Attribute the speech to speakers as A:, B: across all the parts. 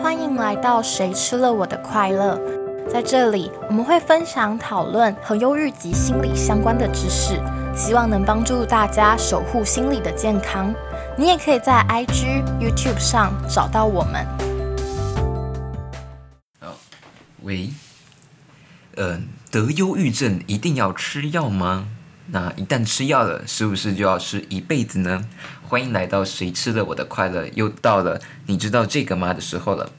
A: 欢迎来到《谁吃了我的快乐》。在这里，我们会分享、讨论和忧郁及心理相关的知识，希望能帮助大家守护心理的健康。你也可以在 IG、YouTube 上找到我们。
B: 喂，呃，得忧郁症一定要吃药吗？那一旦吃药了，是不是就要吃一辈子呢？欢迎来到《谁吃了我的快乐》，又到了你知道这个吗的时候了。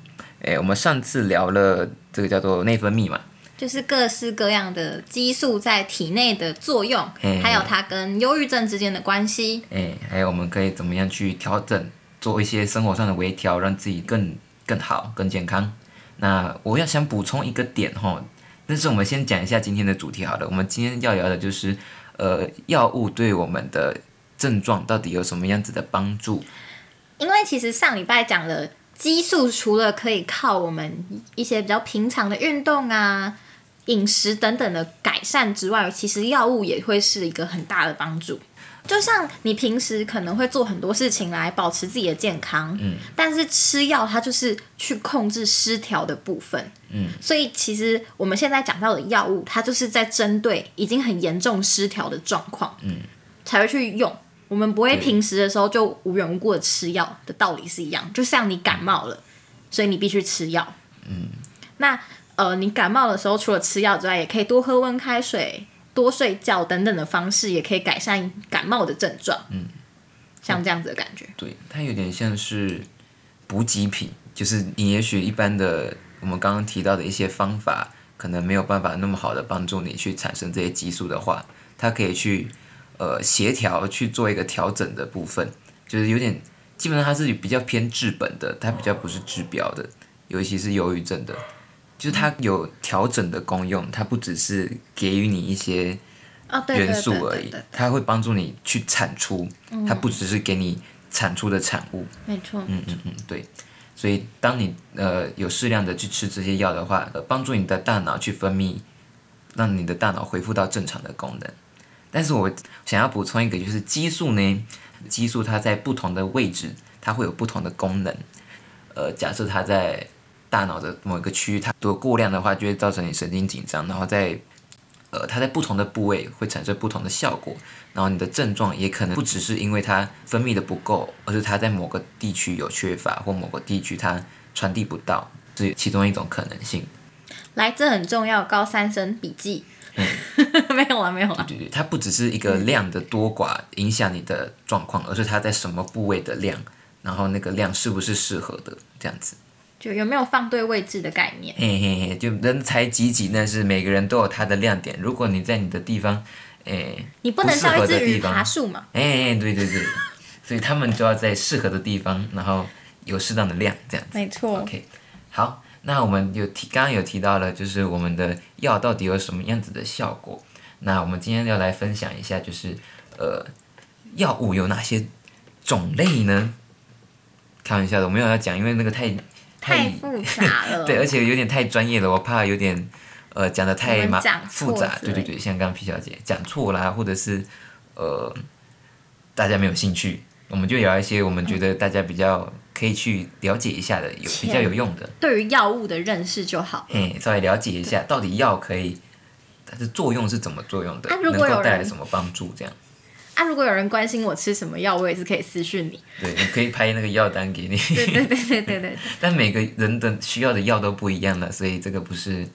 B: 哎，我们上次聊了这个叫做内分泌嘛，
C: 就是各式各样的激素在体内的作用
B: 嗯，
C: 还有它跟忧郁症之间的关系。
B: 哎，还有我们可以怎么样去调整，做一些生活上的微调，让自己更更好、更健康。那我要想补充一个点哈，但是我们先讲一下今天的主题好了。我们今天要聊的就是，呃，药物对我们的症状到底有什么样子的帮助？
C: 因为其实上礼拜讲了，激素除了可以靠我们一些比较平常的运动啊、饮食等等的改善之外，其实药物也会是一个很大的帮助。就像你平时可能会做很多事情来保持自己的健康，
B: 嗯，
C: 但是吃药它就是去控制失调的部分，
B: 嗯，
C: 所以其实我们现在讲到的药物，它就是在针对已经很严重失调的状况，
B: 嗯，
C: 才会去用。我们不会
B: 对
C: 平时的时候就无缘无故的吃药的道理是一样，就像你感冒了，所以你必须吃药，嗯，那呃，你感冒的时候除了吃药之外，也可以多喝温开水、多睡觉等等的方式，也可以改善感冒的症状，嗯，像这样子的感觉。
B: 对，它有点像是补给品，就是你也许一般的我们刚刚提到的一些方法，可能没有办法那么好的帮助你去产生这些激素的话，它可以去呃协调去做一个调整的部分，就是有点基本上它是比较偏治本的，它比较不是治标的，尤其是忧郁症的，就是它有调整的功用，它不只是给予你一些
C: 哦，对对
B: 元
C: 对
B: 素而
C: 对
B: 已
C: 对，，
B: 它会帮助你去产出，它不只是给你产出的产物。
C: 没错。
B: 嗯嗯嗯，对。所以当你呃有适量的去吃这些药的话，呃，帮助你的大脑去分泌，让你的大脑恢复到正常的功能。但是我想要补充一个，就是激素呢，激素它在不同的位置，它会有不同的功能。呃，假设它在大脑的某一个区域，它如果过量的话，就会造成你神经紧张，然后在呃，它在不同的部位会产生不同的效果，然后你的症状也可能不只是因为它分泌的不够，而是它在某个地区有缺乏，或某个地区它传递不到，是其中一种可能性。
C: 来，这很重要，高三生笔记。 没有啊，没有啊。
B: 嗯对对，它不只是一个量的多寡影响你的状况，而是它在什么部位的量，然后那个量是不是适合的这样子。
C: 就有没有放对位置的概念？
B: 嘿嘿嘿，就人才济济，但是每个人都有他的亮点。如果你在你的地方，诶、
C: 你不能像一只
B: 不适合的地
C: 鱼
B: 方
C: 爬树嘛？
B: 哎、对对对，所以他们就要在适合的地方，然后有适当的量这样子。
C: 没错
B: OK，好，那我们有提，刚刚有提到了，就是我们的药到底有什么样子的效果？那我们今天要来分享一下，就是呃，药物有哪些种类呢？开玩笑的，我没有要讲，因为那个
C: 嗯
B: 太
C: 太复杂了。
B: 对，而且有点太专业了，我怕有点呃讲的太
C: 我们
B: 麻
C: 讲错
B: 复杂。
C: 之
B: 对
C: 类
B: 对对，像刚刚皮小姐讲错啦，或者是呃大家没有兴趣，我们就聊一些我们觉得大家比较可以去了解一下的，有比较有用的。
C: 对于药物的认识就好。
B: 嘿，稍微了解一下到底药可以它的作用是怎么作用的，
C: 啊如
B: 能
C: 果有
B: 够带来
C: 人
B: 什么帮助？这样，
C: 啊，如果有人关心我吃什么药，我也是可以私讯 你。
B: 对，你可以拍那个药单给你。
C: 对对对对对对，
B: 但每个人的需要的药都不一样了，所以这个不是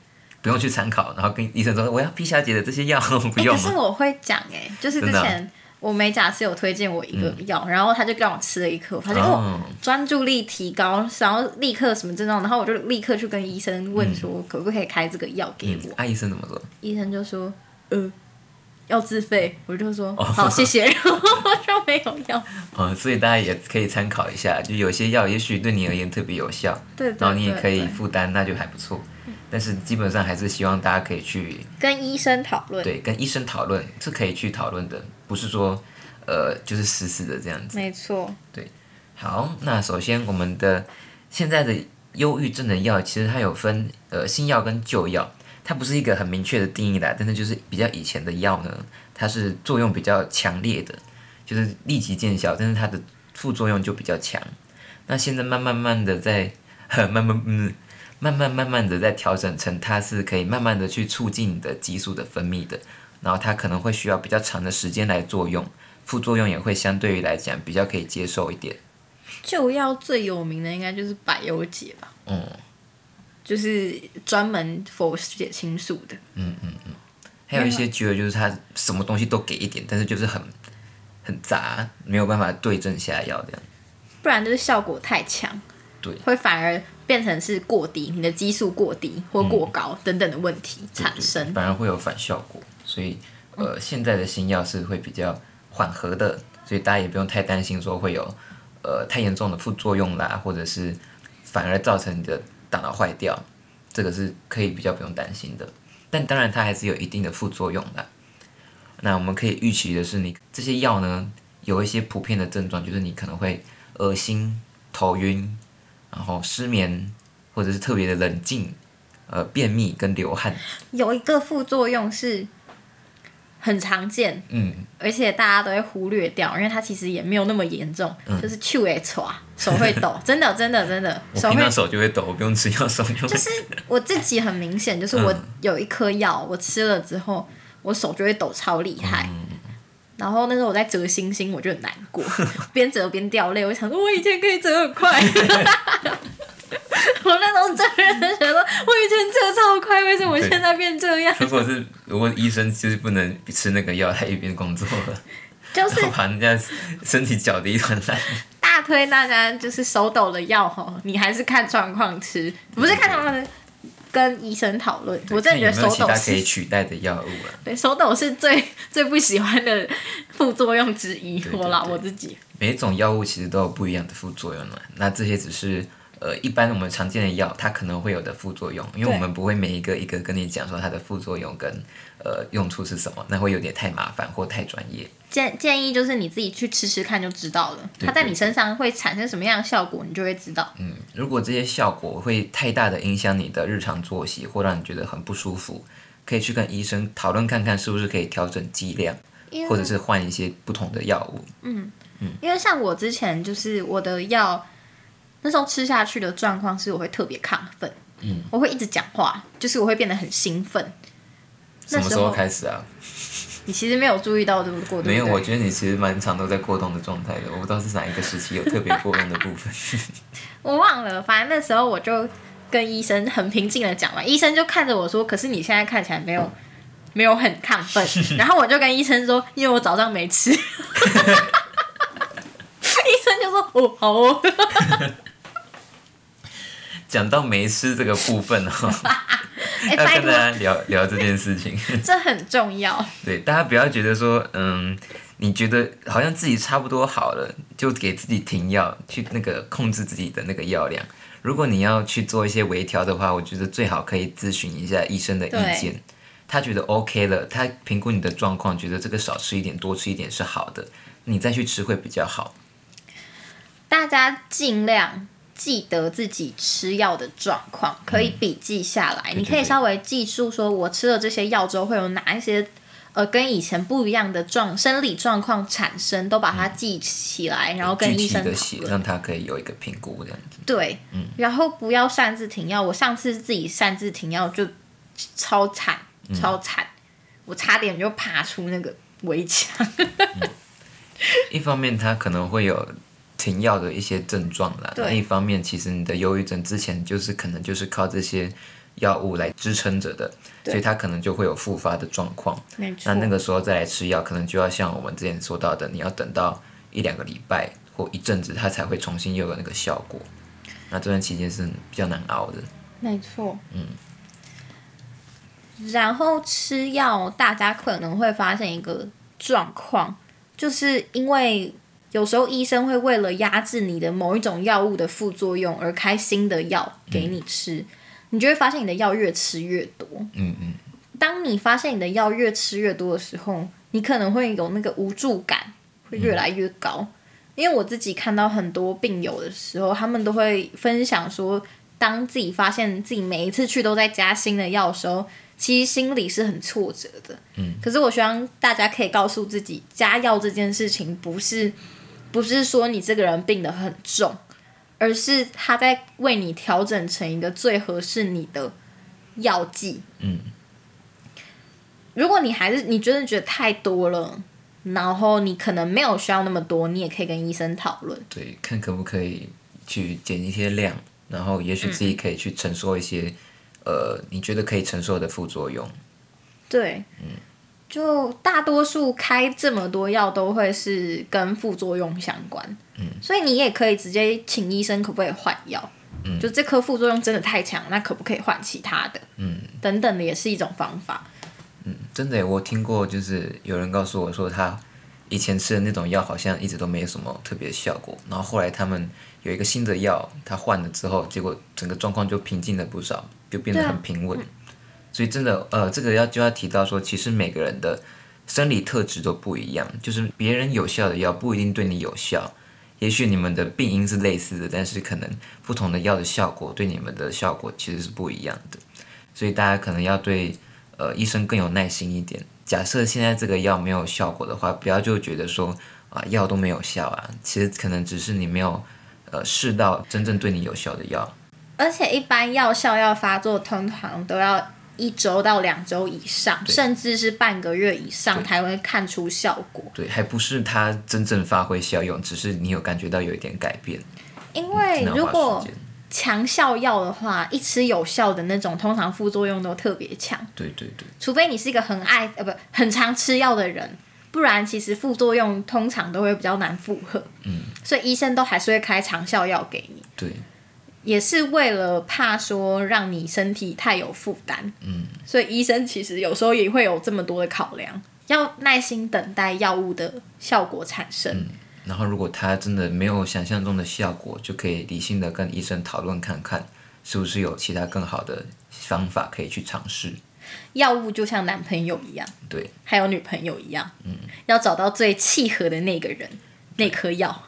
B: 不用去参考。然后跟医生说我要 P 小姐的这些药， 不
C: 哎、
B: 用
C: 可是
B: 了。
C: 我会讲哎、就是之
B: 真的啊嗯
C: 前我美甲师有推荐我一个药，然后他就让我吃了一颗，我发现
B: 哦
C: 哦，专注力提高，然后立刻什么症状，然后我就立刻去跟医生问说，可不可以开这个药给
B: 嗯
C: 我？
B: 啊，医生怎么说？
C: 医生就说，呃，要自费，我就说、
B: 哦
C: 好，谢 谢，然后我就没有药。
B: 呃，所以大家也可以参考一下，就有些药也许对你而言特别有效，
C: 对对
B: 然后哦你也可以
C: 对对嗯
B: 负担，那就还不错。但是基本上还是希望大家可以去
C: 跟医生讨论，
B: 对跟医生讨论，是可以去讨论的，不是说呃就是死死的这样子。
C: 没错，
B: 好，那首先我们的现在的忧郁症的药，其实它有分呃新药跟旧药，它不是一个很明确的定义啦，但是就是比较以前的药呢，它是作用比较强烈的，就是立即见效，但是它的副作用就比较强。那现在慢慢慢的在很慢慢嗯，慢慢慢慢的在调整成它是可以慢慢的去促进你的激素的分泌的，然后它可能会需要比较长的时间来作用，副作用也会相对于来讲比较可以接受一点。
C: 就药最有名的应该就是百忧解吧，
B: 嗯，
C: 就是专门 for 血清素的。
B: 还有一些觉得就是它什么东西都给一点，但是就是很很杂，没有办法对症下药这样。
C: 不然就是效果太强，
B: 对
C: 会反而变成是过低，你的激素过低或过高、等等的问题
B: 嗯
C: 产生。嗯
B: 反而会有反效果。所以，呃，现在的新药是会比较缓和的，所以大家也不用太担心说会有呃太严重的副作用啦，或者是反而造成你的大脑坏掉，这个是可以比较不用担心的。但当然，它还是有一定的副作用的。那我们可以预期的是你，这些药呢有一些普遍的症状，就是你可能会恶心、头晕，然后失眠，或者是特别的冷静，呃，便秘跟流汗。
C: 有一个副作用是很常见，
B: 嗯，
C: 而且大家都会忽略掉，因为它其实也没有那么严重，就是去 H 啊，手会 抖，真的真的真的
B: 嗯我
C: 手
B: 平
C: 会
B: 常手就会抖，我不用吃药手就会。
C: 就是我自己很明显，
B: 嗯
C: 就是我有一颗药，我吃了之后，我手就会抖超厉害。
B: 嗯
C: 然后那时候我在折星星，我就很难过， 边折边掉泪。我想说，我以前可以折很快， 我那时候真认真想说，我以前折超快，为什么我现在变这样？
B: 如果是如果医生就是不能吃那个药，他一边工作了，
C: 就是
B: 然后把人家身体搅得一团烂。
C: 大推大家就是手抖的药吼，你还是看状况吃，不是看状况吃，跟医生讨论。我真的觉得
B: 看有没有
C: 手
B: 其
C: 抖
B: 他可
C: 是
B: 以取代的药物啊？
C: 对，手抖是最 最不喜欢的副作用之一。
B: 对对
C: 我啦，
B: 对
C: 我自己
B: 每一种药物其实都有不一样的副作用嘛。那这些只是呃一般我们常见的药，它可能会有的副作用，因为
C: 对
B: 我们不会每一个一个跟你讲说它的副作用跟呃用处是什么，那会有点太麻烦或太专业。
C: 建建议就是你自己去吃吃看就知道了，
B: 对
C: 它在你
B: 对
C: 身上会产生什么样的效果，你就会知道。
B: 嗯，如果这些效果会太大的影响你的日常作息，或让你觉得很不舒服，可以去跟医生讨论看看是不是可以调整剂量，
C: 因为
B: 或者是换一些不同的药物。
C: 因为像我之前就是我的药，那时候吃下去的状况是我会特别亢奋，嗯，我会一直讲话，就是我会变得很兴奋。
B: 什
C: 那
B: 么时候开始啊？
C: 你其实没有注意到这个过度，
B: 没有，
C: 对不
B: 我
C: 对
B: 觉得你其实蛮常都在过动的状态的，我不知道是哪一个时期有特别过动的部分。
C: 我忘了，反正那时候我就跟医生很平静的讲完，医生就看着我说：“可是你现在看起来没有没有很亢奋。”然后我就跟医生说：“因为我早上没吃。” 医生就说：“哦，好哦。
B: 讲到没吃这个部分哦，
C: 哎，
B: 要
C: 拜
B: 跟大家
C: 托，
B: 聊聊这件事情。
C: 这很重要。
B: 对，大家不要觉得说，嗯，你觉得好像自己差不多好了，就给自己停药，去那个控制自己的那个药量。如果你要去做一些微调的话，我觉得最好可以咨询一下医生的
C: 对
B: 意见。他觉得 OK 了，他评估你的状况，觉得这个少吃一点、多吃一点是好的，你再去吃会比较好。
C: 大家尽量记得自己吃药的状况，可以笔记下来。你可以
B: 对
C: 稍微记住，说我吃了这些药之后会有哪一些呃跟以前不一样的状生理状况产生，都把它记起来，然后
B: 具
C: 跟医
B: 体
C: 生
B: 的嗯
C: 讨
B: 写，
C: 论。
B: 让他可以有一个评估这样子。
C: 对，然后不要擅自停药。我上次自己擅自停药就超惨，超惨，我差点就爬出那个围墙。
B: 一方面，它可能会有停药的一些症状啦；
C: 对
B: 那一方面，其实你的忧郁症之前就是可能就是靠这些药物来支撑着的，
C: 对
B: 所以它可能就会有复发的状况。
C: 没错
B: 那那个时候再来吃药，可能就要像我们之前说到的，你要等到一两个礼拜或一阵子，它才会重新又有那个效果。那这段期间是比较难熬的。
C: 没错，嗯。然后吃药，大家可能会发现一个状况，就是因为有时候医生会为了压制你的某一种药物的副作用而开新的药给你吃，你就会发现你的药越吃越多。
B: 嗯嗯，
C: 当你发现你的药越吃越多的时候，你可能会有那个无助感，会越来越高。
B: 嗯
C: 因为我自己看到很多病友的时候，他们都会分享说，当自己发现自己每一次去都在加新的药的时候，其实心里是很挫折的。嗯，可是我希望大家可以告诉自己，加药这件事情不是不是说你这个人病得很重，而是它在为你调整成一个最合适你的药剂。
B: 嗯，
C: 如果你还是你真的觉得太多了，然后你可能没有需要那么多，你也可以跟医生讨论。
B: 对，看可不可以去减一些量，然后也许自
C: 嗯
B: 己可以去承受一些，呃，你觉得可以承受的副作用。
C: 对，
B: 嗯
C: 就大多数开这么多药都会是跟副作用相关，嗯，所以你也可以直接请医生可不可以换药，嗯，就这颗副作用真的太强，那可不可以换其他的，嗯，等等的也是一种方法，
B: 真的耶，我听过，就是有人告诉我说，他以前吃的那种药好像一直都没有什么特别的效果，然后后来他们有一个新的药，他换了之后，结果整个状况就平静了不少，就变得
C: 对啊
B: 很平稳。所以真的，呃，这个要就要提到说，其实每个人的生理特质都不一样，就是别人有效的药不一定对你有效，也许你们的病因是类似的，但是可能不同的药的效果对你们的效果其实是不一样的，所以大家可能要对呃医生更有耐心一点。假设现在这个药没有效果的话，不要就觉得说啊药都没有效啊，其实可能只是你没有呃试到真正对你有效的药。
C: 而且一般药效要发作，通常都要一周到两周以上，
B: 对
C: 甚至是半个月以上
B: 对
C: 才会看出效果。
B: 对，还不是它真正发挥效用，只是你有感觉到有一点改变。
C: 因为
B: 真的
C: 如
B: 要嗯花
C: 果
B: 时间
C: 强效药的话，一吃有效的那种，通常副作用都特别强，
B: 对对对，
C: 除非你是一个很爱呃不很常吃药的人，不然其实副作用通常都会比较难负荷。嗯，所以医生都还是会开长效药给你，
B: 对，
C: 也是为了怕说让你身体太有负担。嗯，所以医生其实有时候也会有这么多的考量，要耐心等待药物的效果产生。
B: 然后，如果他真的没有想象中的效果，就可以理性的跟医生讨论看看，是不是有其他更好的方法可以去尝试。
C: 药物就像男朋友一样。
B: 对，
C: 还有女朋友一样，要找到最契合的那个人，那颗药，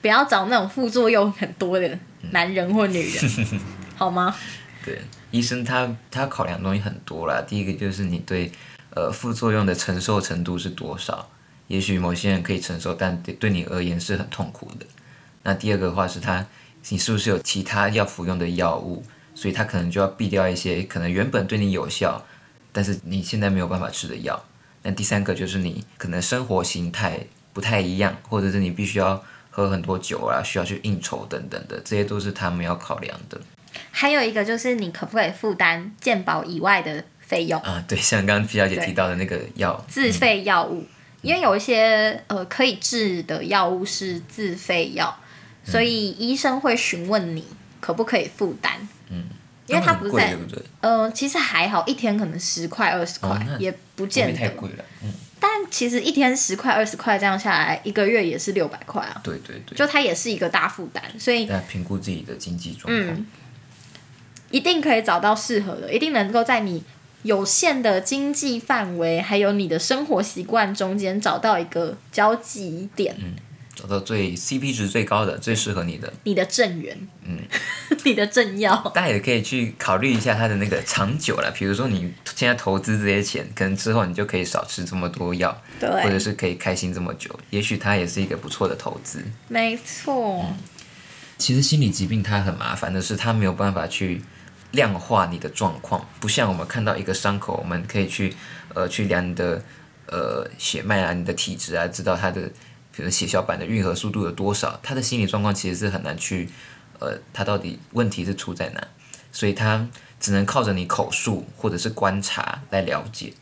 C: 不要找那种副作用很多的男人或女人， 好吗？
B: 对，医生他他考量的东西很多啦。第一个就是你对呃副作用的承受程度是多少，也许某些人可以承受，但对对你而言是很痛苦的。那第二个的话是他，你是不是有其他要服用的药物，所以他可能就要避掉一些可能原本对你有效，但是你现在没有办法吃的药。那第三个就是你可能生活形态不太一样，或者是你必须要喝很多酒啊，需要去应酬等等的，这些都是他们要考量的。
C: 还有一个就是你可不可以负担健保以外的费用，
B: 啊，对，像刚刚皮小姐提到的那个药，
C: 自费药物，因为有一些呃可以治的药物是自费药，
B: 嗯
C: 所以医生会询问你可不可以负担，因为
B: 嗯那
C: 它
B: 很
C: 不
B: 贵
C: 在
B: 对不对？
C: 呃，其实还好，一天可能十块二十块
B: 哦那
C: 也不
B: 不会
C: 见
B: 太
C: 得。
B: 贵了。嗯，
C: 但其实一天十块二十块这样下来，一个月也是六百块啊，
B: 对对对，
C: 就它也是一个大负担，所以
B: 大家评估自己的经济状况。
C: 嗯，一定可以找到适合的，一定能够在你有限的经济范围，还有你的生活习惯中间找到一个交集点，
B: 找到最 CP 值最高的、最适合你的，
C: 你的正缘，嗯， 你的正要，
B: 大家也可以去考虑一下它的那个长久了。比如说你现在投资这些钱，可能之后你就可以少吃这么多药，或者
C: 对，
B: 是可以开心这么久。也许它也是一个不错的投资。
C: 没错，
B: 其实心理疾病它很麻烦的是，它没有办法去量化你的状况，不像我们看到一个伤口，我们可以去呃去量你的呃血脉啊、你的体质啊，知道它的比如血小板的啊愈合速度有多少。他的心理状况其实是很难去呃，他到底问题是出在哪，所以他只能靠着你口述或者是观察来了解。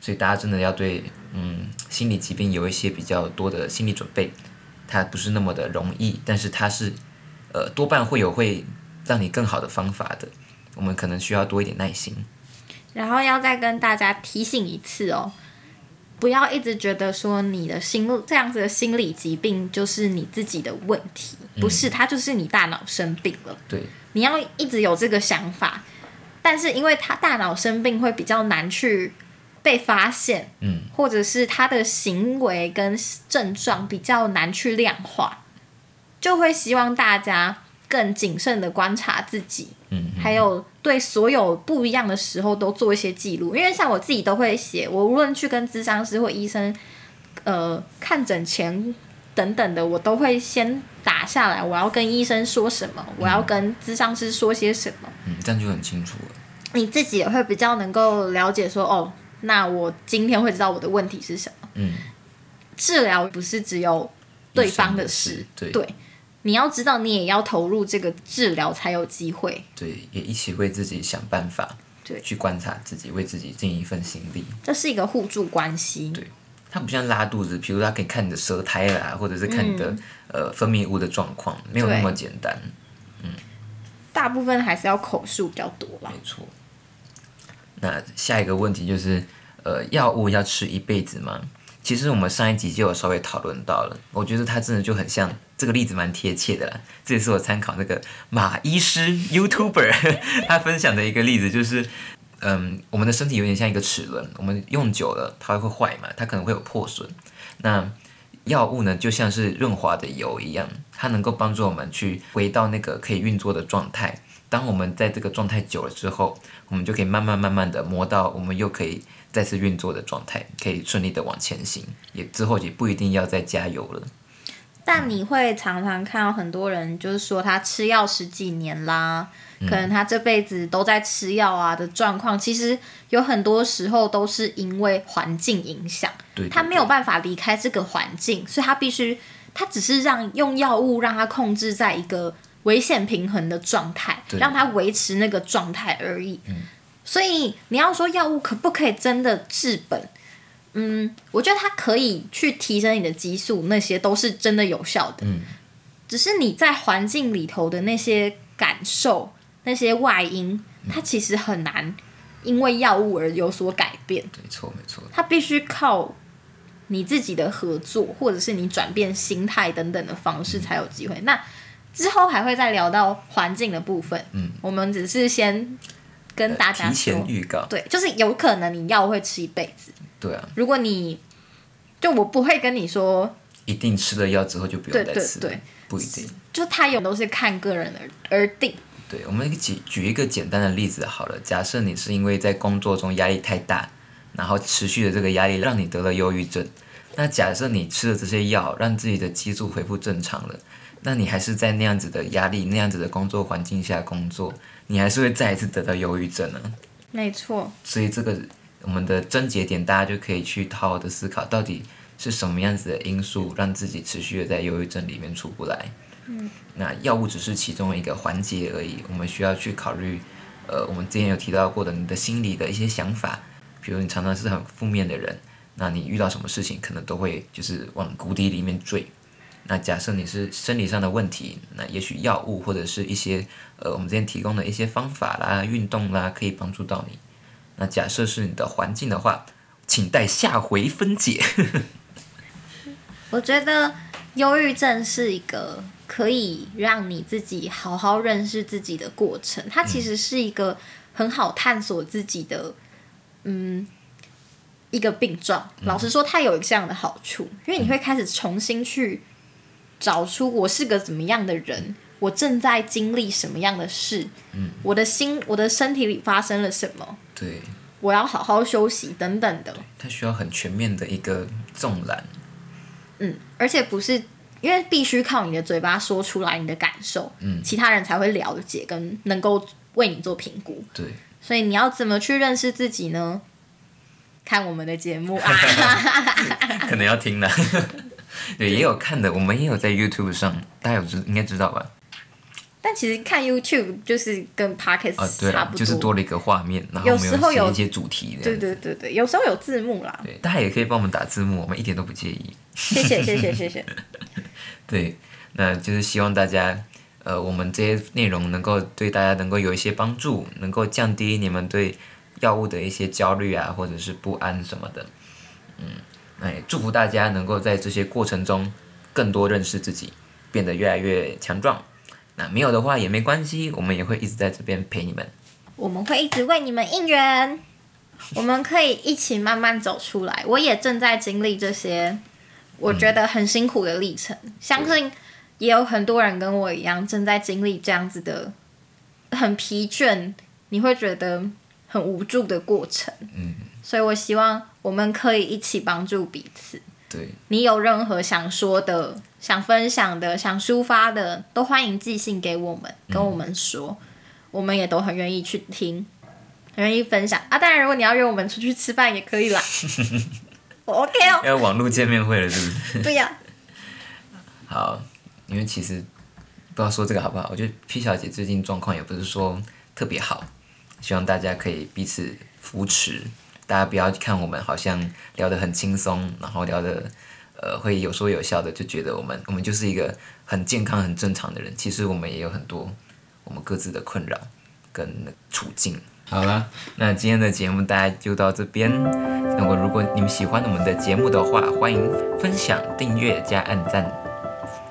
B: 所以大家真的要对嗯心理疾病有一些比较多的心理准备，它不是那么的容易，但是它是呃，多半会有会让你更好的方法的。我们可能需要多一点耐心。
C: 然后要再跟大家提醒一次哦，不要一直觉得说你的心这样子的心理疾病就是你自己的问题，不是，它就是你大脑生病了。
B: 对，
C: 你要一直有这个想法，但是因为他大脑生病会比较难去被发现，
B: 嗯，
C: 或者是他的行为跟症状比较难去量化，就会希望大家更谨慎的观察自己，
B: 嗯，
C: 还有对所有不一样的时候都做一些记录，因为像我自己都会写，我无论去跟咨商师或医生，呃，看诊前等等的，我都会先打下来。我要跟医生说什么，我要跟咨商师说些什么，
B: 嗯，这样就很清楚了。
C: 你自己也会比较能够了解说，哦，那我今天会知道我的问题是什么。
B: 嗯，
C: 治疗不是只有对方的
B: 医
C: 事
B: 生，的事对
C: 对，你要知道，你也要投入这个治疗才有机会。
B: 对，也一起为自己想办法，
C: 对
B: 去观察自己，为自己尽一份心力。
C: 这是一个互助关系。
B: 对它不像拉肚子，比如它可以看你的舌苔啦，或者是看你的、
C: 嗯
B: 呃分泌物的状况，没有那么简单。
C: 大部分还是要口述比较多啦
B: 没。错。那下一个问题就是，呃，药物要吃一辈子吗？其实我们上一集就有稍微讨论到了，我觉得它真的就很像这个例子蛮贴切的啦。这也是我参考那个马医师 YouTuber 他分享的一个例子，就是，嗯，我们的身体有点像一个齿轮，我们用久了它会坏嘛，它可能会有破损。那药物呢，就像是润滑的油一样，它能够帮助我们去回到那个可以运作的状态。当我们在这个状态久了之后，我们就可以慢慢慢慢的磨到我们又可以再次运作的状态，可以顺利的往前行。也之后也不一定要再加油了。
C: 但你会常常看到很多人就是说他吃药十几年啦，
B: 嗯
C: 可能他这辈子都在吃药啊的状况，其实有很多时候都是因为环境影响，
B: 对对
C: 他没有办法离开这个环境，所以他必须他只是让用药物让他控制在一个危险平衡的状态，
B: 对嗯
C: 让他维持那个状态而已。所以你要说药物可不可以真的治本？嗯，我觉得它可以去提升你的激素，那些都是真的有效的。
B: 嗯，
C: 只是你在环境里头的那些感受、那些外因，它其实很难因为药物而有所改变。
B: 没错，没错。
C: 它必须靠你自己的合作，或者是你转变心态等等的方式才有机会。那之后还会再聊到环境的部分。
B: 嗯，呃
C: 我们只是先跟大家说，
B: 提前预告，
C: 对，就是有可能你药会吃一辈子。
B: 对啊，
C: 如果你就我不会跟你说，
B: 一定吃了药之后就不
C: 对
B: 用再
C: 对
B: 吃了，
C: 对
B: 不一定。
C: 就他有都是看个人而而定。
B: 对，我们举举一个简单的例子好了。假设你是因为在工作中压力太大，然后持续的这个压力让你得了忧郁症，那假设你吃了这些药，让自己的激素恢复正常了，那你还是在那样子的压力、那样子的工作环境下工作，你还是会再一次得到忧郁症呢、
C: 没错，
B: 所以这个我们的症结点，大家就可以去好好的思考，到底是什么样子的因素让自己持续的在忧郁症里面出不来。嗯，那药物只是其中一个环节而已，我们需要去考虑，呃，我们之前有提到过的你的心理的一些想法，比如你常常是很负面的人，那你遇到什么事情可能都会就是往谷底里面坠。那假设你是生理上的问题，那也许药物或者是一些呃我们之前提供的一些方法啦、运动啦，可以帮助到你。那假设是你的环境的话，请待下回分解。
C: 我觉得忧郁症是一个可以让你自己好好认识自己的过程，它其实是一个很好探索自己的，嗯。一个病状，老实说，它有这样的好处，因为你会开始重新去找出我是个怎么样的人，我正在经历什么样的事，我的心、我的身体里发生了什么，
B: 对，
C: 我要好好休息等等的。
B: 它需要很全面的一个纵览。
C: 嗯，而且不是因为必须靠你的嘴巴说出来你的感受，嗯，其他人才会了解跟能够为你做评估。
B: 对，
C: 所以你要怎么去认识自己呢？看我们的节目啊，
B: 可能要听了。对，也有看的，我们也有在 YouTube 上，大家有知应该知道吧？
C: 但其实看 YouTube 就是跟 Podcast
B: 啊，对
C: 差
B: 啊
C: 不，多，
B: 就是多了一个画面，然后我们
C: 有时候有
B: 写一些主题
C: 对
B: 这样子。
C: 对对对，有时候有字幕啦，
B: 对，大家也可以帮我们打字幕，我们一点都不介意。
C: 谢谢谢谢谢谢，
B: 对，那就是希望大家，呃，我们这些内容能够对大家能够有一些帮助，能够降低你们对药物的一些焦虑啊，或者是不安什么的。嗯，那也祝福大家能够在这些过程中更多认识自己，变得越来越强壮。那没有的话也没关系，我们也会一直在这边陪你们。
C: 我们会一直为你们应援，我们可以一起慢慢走出来。我也正在经历这些，我觉得很辛苦的历程，相信也有很多人跟我一样正在经历这样子的很疲倦，你会觉得很无助的过程。嗯，所以我希望我们可以一起帮助彼此。
B: 对，
C: 你有任何想说的、想分享的、想抒发的，都欢迎寄信给我们，跟我们说，我们也都很愿意去听，很愿意分享啊。当然，如果你要约我们出去吃饭也可以啦，我 OK 哦。
B: 要网络见面会了，是不是？
C: 对呀、
B: 好，因为其实不知道说这个好不好，我觉得 P 小姐最近状况也不是说特别好，希望大家可以彼此扶持，大家不要看我们好像聊得很轻松，然后聊得呃会有说有笑的，就觉得我们我们就是一个很健康、很正常的人，其实我们也有很多我们各自的困扰跟处境。好了，那今天的节目大家就到这边。那么如果你们喜欢我们的节目的话，欢迎分享、订阅加按赞。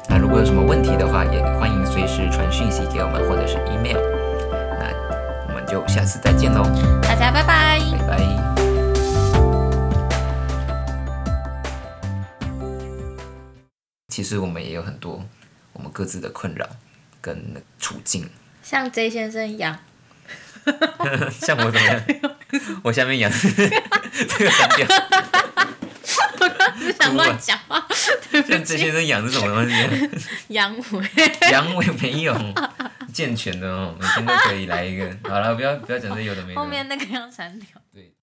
B: 那如果有什么问题的话，也欢迎随时传讯息给我们，或者是 email。那我们就下次再见喽，
C: 大家拜拜
B: 拜拜。其实我们也有很多我们各自的困扰跟处境，
C: 像 J 先生一样，
B: 像我怎么样？我下面养这个很屌，
C: 我刚只想乱讲话，对
B: 像
C: 不 起
B: 这些，人养是什么东西？
C: 养我。
B: 羊我也没有，健全的哦，每天都可以来一个。好了，不要不要讲这有的没的。
C: 后面那个要删掉。
B: 对。